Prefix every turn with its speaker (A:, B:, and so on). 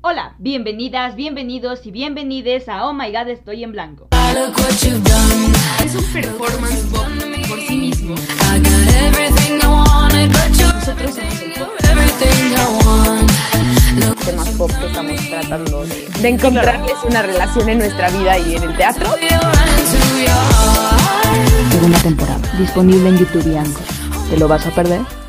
A: Hola, bienvenidas, bienvenidos y bienvenides a Oh My God Estoy en Blanco.
B: Es un performance pop por sí mismo. Nosotros somos el
C: temas pop
B: pop.
C: que estamos tratando de, de encontrarles una relación en nuestra vida y en el teatro.
D: Segunda temporada. Disponible en YouTube y Anchor. ¿Te lo vas a perder?